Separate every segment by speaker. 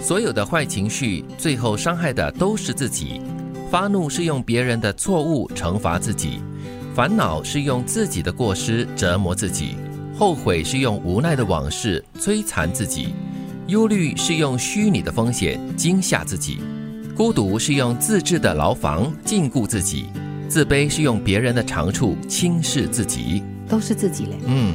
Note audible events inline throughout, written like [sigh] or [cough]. Speaker 1: 所有的坏情绪最后伤害的都是自己。发怒是用别人的错误惩罚自己，烦恼是用自己的过失折磨自己，后悔是用无奈的往事摧残自己，忧虑是用虚拟的风险惊吓自己，孤独是用自制的牢房禁锢自己，自卑是用别人的长处轻视自己。
Speaker 2: 都是自己嘞。
Speaker 1: 嗯，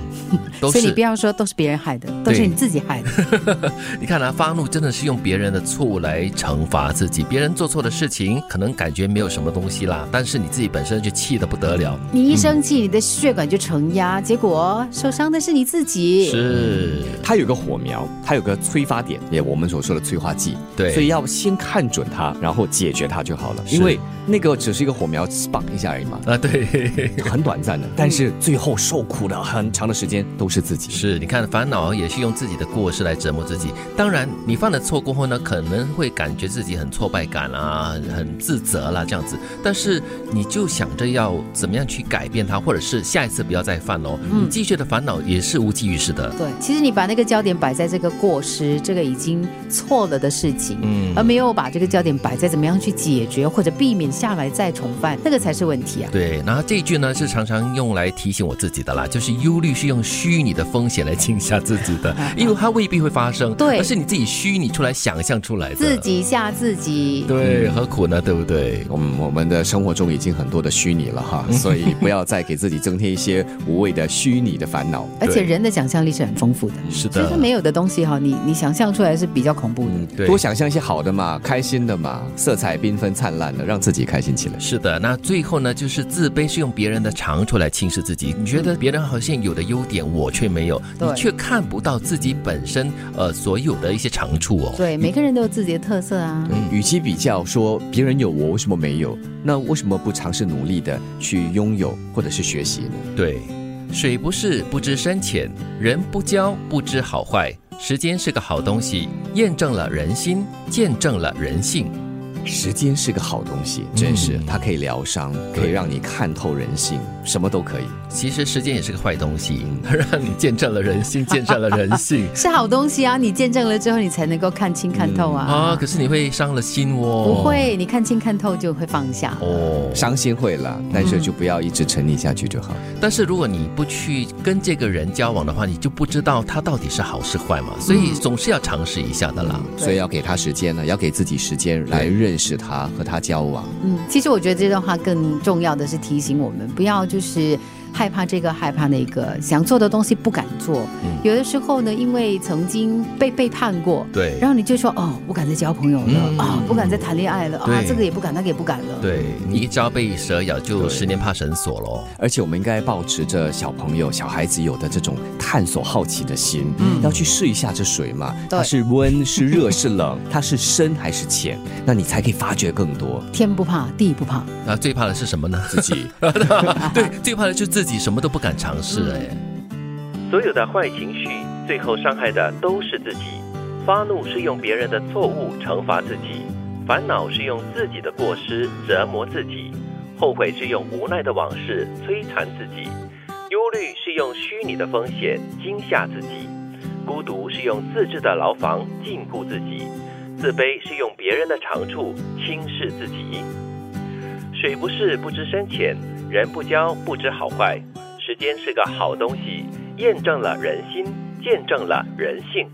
Speaker 1: 都
Speaker 2: 所以你
Speaker 1: 是
Speaker 2: 不。要说都是别人害的，都是
Speaker 1: 对
Speaker 2: 你自己
Speaker 1: [laughs]
Speaker 2: 害的。
Speaker 1: 你看啊，发怒真的是用别人的错误来惩罚自己，别人做错的事情可能感觉没有什么东西啦，但是你自己本身就气得不得了。
Speaker 2: 你一生气，你的血管就承压，结果受伤的是你自己。
Speaker 1: 是，
Speaker 3: 它有个火苗，它有个催发点，也我们所说的催化剂。
Speaker 1: 对
Speaker 3: 所以要先看准它，然后解决它就好了。
Speaker 1: 是
Speaker 3: 因为那个只是一个火苗 spark 一下而已嘛，
Speaker 1: 啊，对， [laughs]
Speaker 3: 很短暂的，但是最后受苦的很长的时间都是自己。
Speaker 1: 是，你看烦恼也是用自己的过失来折磨自己。当然，你犯了错过后呢，可能会感觉自己很挫败感啦，很很自责啦这样子。但是你就想着要怎么样去改变它，或者是下一次不要再犯喽。
Speaker 3: 嗯
Speaker 1: 你继续的烦恼也是无济于事的。
Speaker 2: 对，其实你把那个焦点摆在这个过失，这个已经错了的事情，
Speaker 1: 嗯
Speaker 2: 而没有把这个焦点摆在怎么样去解决或者避免下来再重犯，那个才是问题啊。
Speaker 1: 对，然后这一句呢是常常用来提醒我自己的啦，就是忧虑是用虚拟的风险来惊吓自己
Speaker 2: [laughs]
Speaker 1: 的，因为它未必会发生，
Speaker 2: 对
Speaker 1: 而是你自己虚拟出来、想象出来的。
Speaker 2: 自己吓自己。
Speaker 1: 对，何苦呢？对不对？
Speaker 3: 我们我们的生活中已经很多的虚拟
Speaker 1: [laughs]
Speaker 3: 了哈，所以不要再给自己增添一些无谓的虚拟的烦恼。
Speaker 2: 而且人的想象力是很丰富的，
Speaker 1: 是
Speaker 2: 所以
Speaker 1: 的
Speaker 2: 他，没有的东西哈，你你想象出来是比较恐怖的。
Speaker 1: 对
Speaker 3: 多想象一些好的嘛，开心的嘛，色彩缤纷灿烂的，让自己开心起来。
Speaker 1: 是的。那最后呢，就是自卑是用别人的长处来轻视自己。你觉得别人好像有的优点，我却没有，你
Speaker 2: 对
Speaker 1: 却看不到自己本身呃所有的一些长处哦。
Speaker 2: 对，每个人都有自己的特色啊。
Speaker 3: 与其比较说别人有我为什么没有，那为什么不尝试努力的去拥有或者是学习呢？
Speaker 1: 对，水不试不知深浅，人不交不知好坏。时间是个好东西，验证了人心，见证了人性。
Speaker 3: 时间是个好东西，真是
Speaker 1: 嗯
Speaker 3: 它可以疗伤，
Speaker 1: 对
Speaker 3: 可以让你看透人性，什么都可以。
Speaker 1: 其实时间也是个坏东西， [laughs] 让你见证了人心， [laughs] 见证了人性
Speaker 2: 是好东西啊，你见证了之后，你才能够看清看透
Speaker 1: 啊！
Speaker 2: [laughs] 啊。
Speaker 1: 可是你会伤了心哦。
Speaker 2: 不会，你看清看透就会放下。
Speaker 1: 哦，
Speaker 3: 伤心会了，但是就不要一直沉溺下去就好。
Speaker 1: 但是如果你不去跟这个人交往的话，你就不知道他到底是好是坏
Speaker 2: 嗯
Speaker 1: 嘛，所以总是要尝试一下的啦。
Speaker 3: 所以要给他时间呢，要给自己时间来认识他，和他交往。
Speaker 2: 嗯，其实我觉得这段话更重要的是提醒我们，不要就是害怕这个害怕那个，想做的东西不敢做。
Speaker 1: 嗯
Speaker 2: 有的时候呢，因为曾经被背叛过，
Speaker 1: 对
Speaker 2: 然后你就说哦，不敢再交朋友了啊、
Speaker 1: 嗯
Speaker 2: 不敢再谈恋爱了啊
Speaker 1: 对，
Speaker 2: 这个也不敢，那个也不敢了。
Speaker 1: 对，你一朝被蛇咬，就
Speaker 3: 对
Speaker 1: 十年怕绳索喽。
Speaker 3: 而且我们应该保持着小朋友、小孩子有的这种探索好奇的心，要去试一下这水嘛，
Speaker 2: 对
Speaker 3: 它是温是热是冷，它是深还是浅，那你才可以发掘更多。
Speaker 2: 天不怕地不怕，
Speaker 1: 啊，最怕的是什么呢？
Speaker 3: 自己
Speaker 1: [laughs] 对，最怕的就是自己什么都不敢尝试哎。所有的坏情绪，最后伤害的都是自己。发怒是用别人的错误惩罚自己，烦恼是用自己的过失折磨自己，后悔是用无奈的往事摧残自己，忧虑是用虚拟的风险惊吓自己，孤独是用自制的牢房禁锢自己，自卑是用别人的长处轻视自己。水不试不知深浅，人不交不知好坏。时间是个好东西，验证了人心，见证了人性。